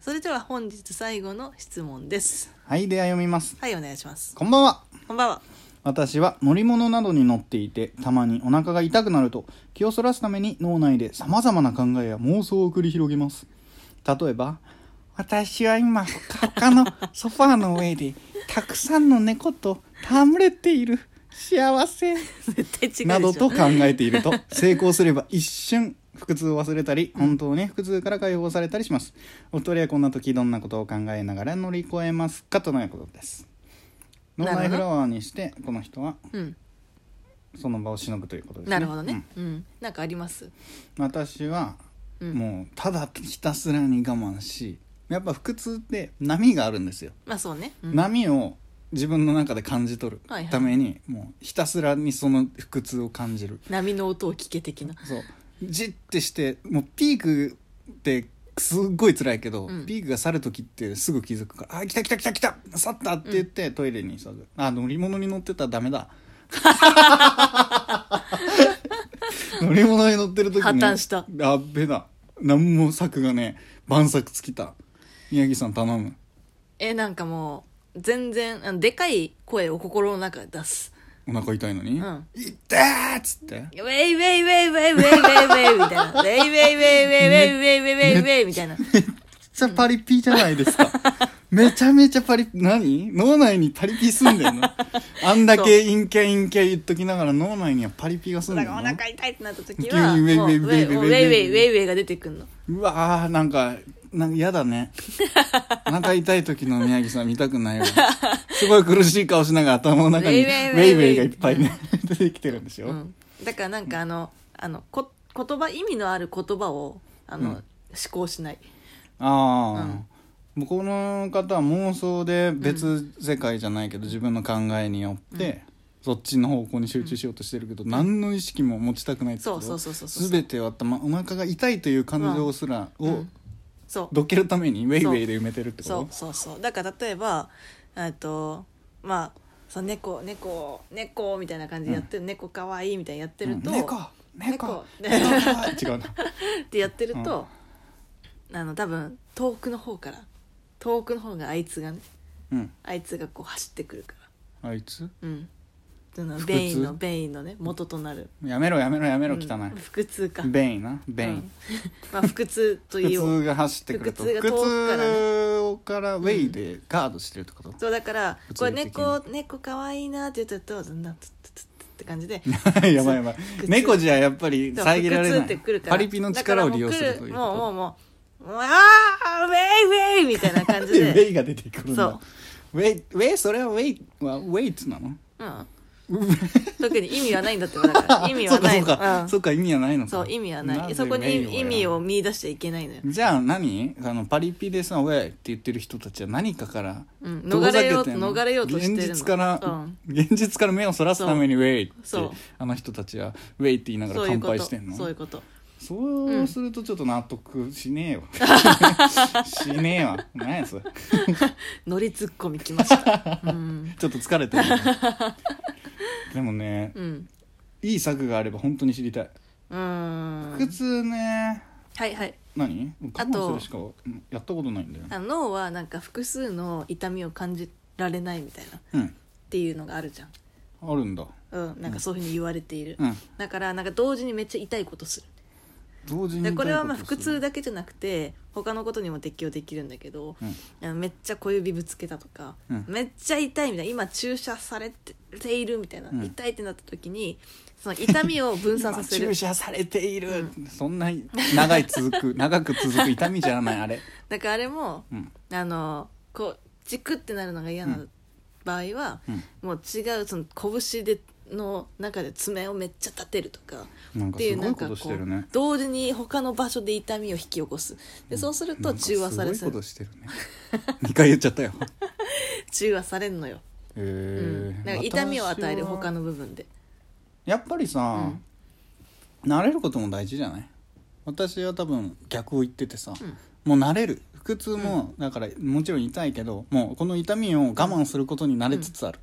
それでは本日最後の質問ですはいでは読みますはいお願いしますこんばんはこんばんは私は乗り物などに乗っていてたまにお腹が痛くなると気をそらすために脳内でさまざまな考えや妄想を繰り広げます例えば私は今ほかほかのソファーの上でたくさんの猫と戯れている幸せ絶対違うでしょなどと考えて いると成功すれば一瞬腹痛を忘れたり本当に腹痛から解放されたりしますお二人はこんな時どんなことを考えながら乗り越えますかとのことです脳なる内ほどフラワーにしてこの人はうんその場をしのぐということですねなるほどね、うんなんかありますうん私はうんもうただひたすらに我慢しやっぱ腹痛って波があるんですよ、まあそうね、うん波を自分の中で感じ取るはいはいためにもうひたすらにその腹痛を感じる波の音を聞け的なそうじってしてもうピークってすっごい辛いけど、うんピークが去る時ってすぐ気づくから「あ来た来た来た来た去った!」って言って、トイレに急ぐあ乗り物に乗ってたらダ メだ乗り物に乗ってる時に破綻したダメだ何も策がね晩策尽きた宮城さん頼むえなんかもう全然あのでかい声を心の中で出すお腹痛いのに「うんいってー!」っつってウェイウェイウェイウェイウェイウェイウェイみたいなウェイウェイウェイウェイウェイウェイウェイウェイウェイみたいなめっちゃパリピじゃないで すか。めちゃめちゃパリピ、何脳内にパリピ住ん でんのあんだけ陰キャ陰キャ言っときながら脳内にはパリピが住んだでかんらおの腹痛いってなった時はウェイもうウェイウウェイウェェイイウェイウェイウェイが出てくんのうわーなんか、なんか嫌 だね。お腹痛い時の宮城さん見たくないわ。すごい苦しい顔しながら頭の中にウウェェイイウウェェイウェイイがいっぱいね、出てきてるんでしょ、うん、だからなんかあのあのこ言葉意味のある言葉をあの、うん思考しないああ、うん向こうの方は妄想で別世界じゃないけど、自分の考えによって、そっちの方向に集中しようとしてるけど、何の意識も持ちたくないってことそうそうそうそうそう全てを頭お腹が痛いという感情すらうをんそうどけるためにウェイウェイで埋めてるってこそうとそうそうだから例えばえっとまあそう猫猫猫みたいな感じでやってる、猫かわいいみたいにやってうるんと、猫猫猫猫 違うなってやってると、あの多分遠くの方から遠くの方があいつがねうんあいつがこう走ってくるかあいつらうんその腹痛ベインのベインのね元となるやめろやめろやめろうん汚腹痛かい、ベインなベイうンん、まあ腹痛とい腹よう 痛が走ってくると腹腹痛が遠くからね痛からウェイでガードしてるってことそうだから物これ理的に猫猫可愛いなって言ったらどうなんつつつつって感じで やばいやばい靴猫じゃやっぱりそう遮られ腹痛なっていくるからパリピの力を利用するというだからもう来るこもうもうもうああウェイウェイみたいな感とじで ウェでイが出てくるそんうだウェイウェイそれはウェイはウェイツなのうん特に意味はないんだってばだから意味は ないそうかそうか、うんそうか意味はないのかそう意味はないぜそこウェイをにや意味を見出しちゃいけないのよ、じゃあ何あのパリピでさウェイって言ってる人たちは何かからうん、遠ざ逃けれようてんの逃れようとしてるの現実から、うん現実から目をそらすためにウェイってそうあの人たちはウェイって言いながそらういう乾こ杯としてんのそういうことそうするとちょっと納得しねえよ しねえわ何やそれ乗りツッコミきま した、うんちょっと疲れてるでもねうんいい策があれば本当に知りたいうーん腹痛ねはいはい何あ我と慢するしかうんやったことないんだよねあの脳はなんか複数の痛みを感じられないみたいなっうんていうのがあるじゃん、あるんだうん、なんかそういうふうに言われている、うんだからなんか同時にめっちゃ痛いことする同時にでこれはまあ痛い腹とする痛だけじゃなくて他のことにも適用できるんだけど、うんあのめっちゃ小指ぶつけたとか、うんめっちゃ痛いみたいな今注射されてているみたいな、うん痛いってなった時にその痛みを分散させ 今る注射されている、そんな長い続 く長く続く痛みじゃないあれだからあれもうんあのこうチクってなるのが嫌な場合は、うんもう違うその拳での中で爪をめっちゃ立てるとかなんっかていすうごなんいかこことしてるねう同時に他の場所で痛みを引き起こすでそうすると中和さなれんかすすごいことしてるね二回言っちゃったよ中和されんのよ、へうん、えだから痛みを与える他のの部分でやっぱりさ、慣れることも大事じゃない私は多分逆を言っててさ、もう慣れる腹痛も、だからもちろん痛いけどもうこの痛みを我慢することに慣れつつある、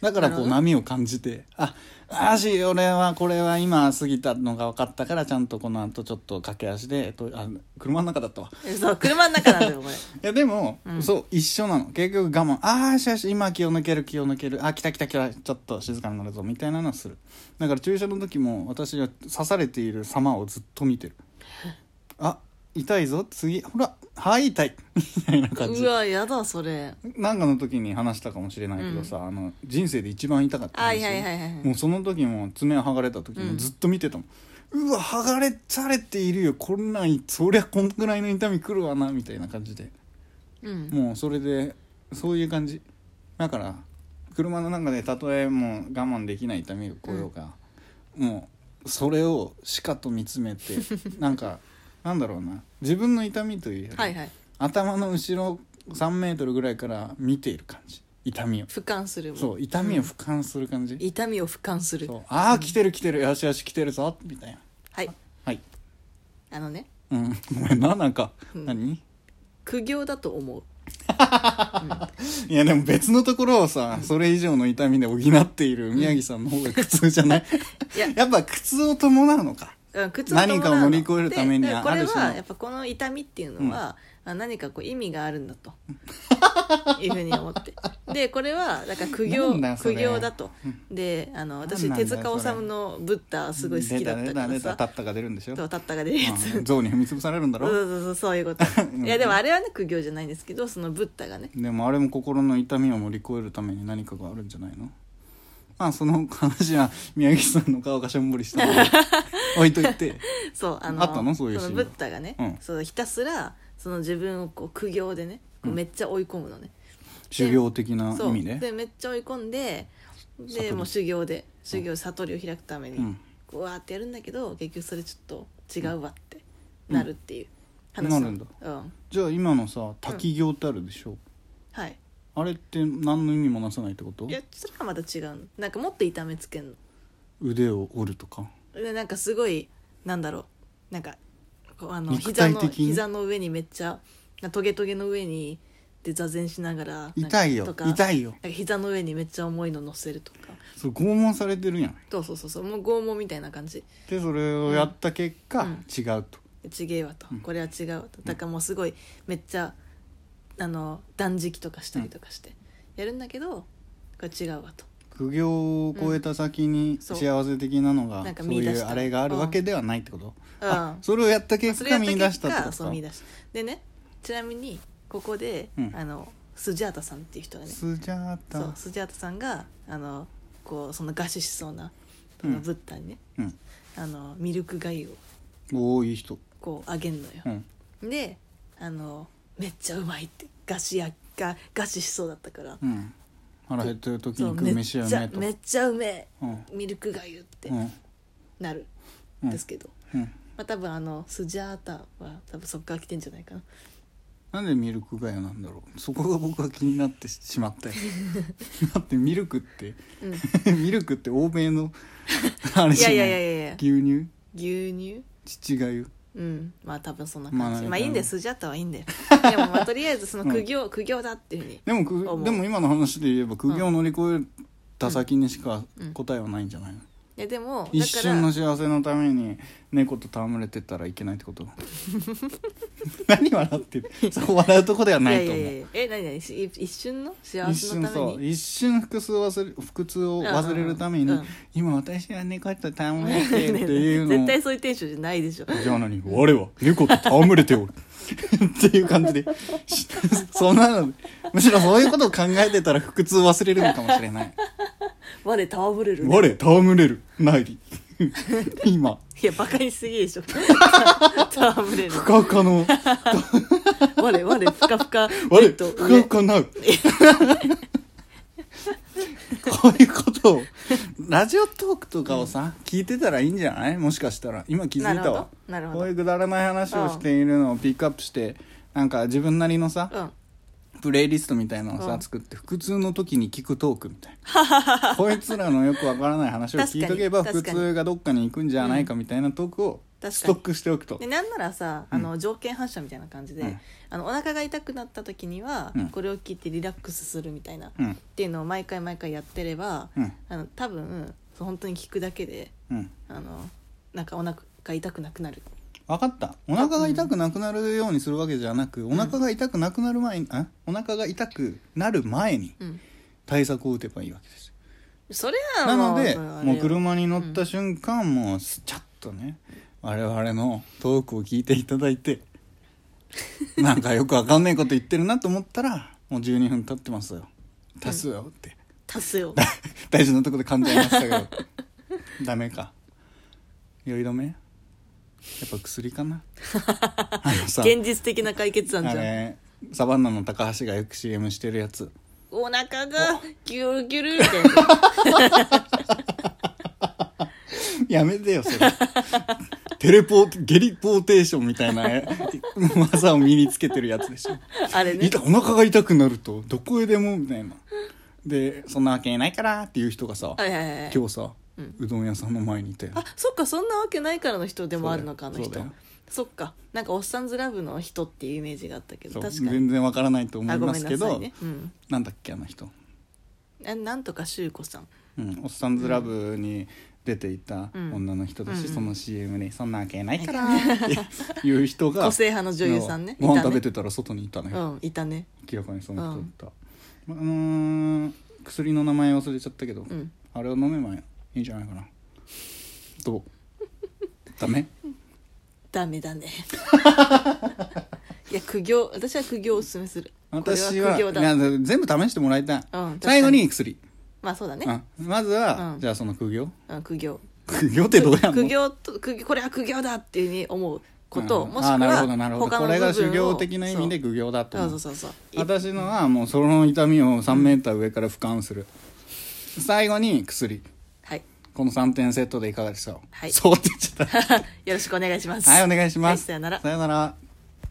だからこなるほうど波を感じてああし俺はこれは今過ぎたのが分かったからちゃんとこの後ちょっと駆け足でえっとあ車の中だったわえそう車の中なんだよこれいやでも、うんそう一緒なの結局我慢ああよしよし今気を抜ける気を抜けるあ来た来た来たちょっと静かになるぞみたいなのはするだから注射の時も私は刺されている様をずっと見てるあ痛いぞ次ほらはい痛いみたいな 感じうわやだそれなんかの時に話したかもしれないけどさ、あの人生で一番痛かったんはでいすよはいはいはいもうその時も爪を剥がれた時うもんずっと見てたもん、うわ剥がれされているよこんなんそりゃこんぐらいの痛み来るわなみたいな感じでうんもうそれでそういう感じだから車の中でたとえもう我慢できない痛みが来ようが、もうそれをしかと見つ めてなんかなんだろうな自分の痛みというより、はいはい頭の後ろ3メートルぐらいから見ている感じ痛みを俯瞰するそう痛みを俯瞰する感じ、痛みを俯瞰するそうああ来てる来てるよしよし来てるぞみたいなはいはいあのねうんごめんななんか、うん何苦行だと思ういやでも別のところをさそれ以上の痛みで補っている宮城さんの方が苦痛じゃないいや やっぱ苦痛を伴うのかうん苦痛何かを乗り越えるでためにであこれある種はのやっぱこの痛みっていうのは、あ何かこう意味があるんだというふうに思ってでこれはだから苦なん行だよそれ苦行だとであのなん私なんだ手よ塚治虫のブッダすごい好きだったから出た出た出たさタッタが出るんでしょそうタッタが出るやつうん象に踏み潰されるんだそうろそうそうそういうこといやでもあれはね苦行じゃないんですけどそのブッダがねでもあれも心の痛みを乗り越えるために何かがあるんじゃないのまあその話は宮城さんの顔がしょんぼり したので置いといてそうあのあったのそういうシーンのブッダがね、うんそうひたすらその自分をこう苦行でねこうめっちゃ追い込むのね、修行的なそ意う味ねでめっちゃ追い込んで悟でりもう修行で修行悟りを開くために、うんこうわーってやるんだけど結局それちょっと違うわってなるっていう話なるんだうんじゃあ今のさ滝行ってあるでしょ、はいあれって何の意味もなさないってこといやそれはまた違うのなんかもっと痛めつけんの腕を折るとかでなんかすごいなんだろうなんかこうあの肉膝体の的に膝の上にめっちゃなトゲトゲの上にで座禅しながらなんか痛いよとか痛いよなんか膝の上にめっちゃ重いの乗せるとかそれ拷問されてるやんそうそうそうそうもう拷問みたいな感じでそれをやった結果、うん違うとちげえわと、これは違うわとだからもうすごいめっちゃあの断食とかしたりとかしてやるんだけどこれ違うわと苦行を超えた先にそう幸せ的なのが、なんかそう見い出しうたあれがあるわけではないってこと、うんあそれをやった結それ果やった見結出したってこ果とそうか見出したでねちなみにここで、うんあのスジャータさんっていう人がねスジャータそうスジャータさんがあのこうその餓死しそうなそうんのブッダにね、うんあのミルクがゆをおおいい人こうあげんのよう、んであのめっちゃうまいって餓死やが餓死しそうだったから、うん腹減ってる時そにう食めうっ飯ちやゃねとめっちゃうめえうんミルクがゆってうんなるうんんですけど、うんまあ、多分あのスジャータは多分そっから来てんじゃないかななんでミルクがゆなんだろうそこが僕は気になってしま ったよだってミルクって、 ミルクって欧米のあれいじゃやないいやいやいやいや牛乳牛乳父がゆうんまあ多分そんなま感あなんじかまあいいんだよスジャータはいいんだよでもまあとりあえずその苦行、苦行だっていうふうにでもく思うでも今の話で言えば苦行を乗り越えた先にしかうん答えはないんじゃないの、いやでも一だから瞬の幸せのために猫と戯れてたらいけないってこと 何笑ってる そこ笑うとこではないと思うやややえ何何し一瞬の幸一せの瞬ためそうに一瞬腹痛を忘れ腹痛を忘れるために、うんうんうん今私は猫と戯れてっていうの絶を対そういうテンションじゃないでしょじゃあ何我は猫と戯れておるっていう感じで しそんなのむしろそういうことを考えてたら腹痛を忘れるのかもしれない我戯れるね我戯れるなり今いやバカにしすぎでしょ戯れるふかふかの我我ふかふ か我ベッドふかふかなうこういうことをラジオトークとかをさ、聞いてたらいいんじゃないもしかしたら今気づいたわなるほどなるほどこういうくだらない話をしているのをピックアップしてなんか自分なりのさ、うんプレイリストみたいなのをさ、うん作って腹痛の時に聞くトークみたい なこいつらのよくわからない話を聞いとけば確かに腹確かに痛がどっかに行くんじゃないかみたいなトークを確スかトにックしておくとでなんならさあの条件反射みたいな感じで、うんあのお腹が痛くなった時には、うんこれを聞いてリラックスするみたいな、っうんていうのを毎回毎回やってれば、うんあの多分そう本当に聞くだけでうんあのなんかお腹が痛くなくなる分かったお腹が痛くなくなるようにするわけじゃなくお腹が痛くなくなる前に、あお腹が痛くなる前にうん対策を打てばいいわけですよそれはなもうのでそれはあれよもう車に乗った瞬間、もうスチャッとね我々のトークを聞いていただ いてなんかよくわかんないこと言ってるなと思ったらもう12分経ってますよ足すよって、足すよ大事なとこで噛んじゃいました けどダメか酔い止めやっぱ薬 かなあの さ現実的な解決案あじゃんれサバンナの高橋がよく CM してるやつお腹がギュルギュルみたいな やめてよそれテレポーゲリポーテーションみたいな え技を身につけてるやつでしょあれね 痛お腹が痛くなるとどこへでもみたいなでそんなわけないからっていう人がさはいはいはい今日さ、ううんどん屋さんの前にいたよあそっかそんなわけないからの人でもあるのかあそうのだ人よそうだよそっかなんかおっさんずラブの人っていうイメージがあったけそどう確かに全然わからないと思あいごまめんすなけさどいねうんなんだっけあの人、あなんとかしゅうこさんうん、おっさんずラブに出ていた女の人だし、うんうんその CM に「そんなわけないから」 っていう人が個性派の女優さんねご飯いたね食べてたら外にいたのうよ、んいたね明らかにその人だった、まあのー薬の名前忘れちゃったけど、うんあれを飲めばいいんじゃないかな どうダメダメだねいや苦行私は苦行をおすすめする私これは苦行いだや全部試してもらいたい、確かに最後に薬、まあそうだねうんまずは、うんじゃあその苦行 うん苦行苦行ってどうやんの苦行と苦行これは苦行だっていうふうに思うこと、うんもしくあはなるほどなるほど他の部これ分をが修行的な意味で苦行だとそう思そううそうそうそう私のはもうその痛みを3メーター上から俯瞰する、最後に薬はいこの3点セットでいかがでしょう、はいそうって言っちゃっ よろしくお願いしますたはいお願いします、はいさよならさよなら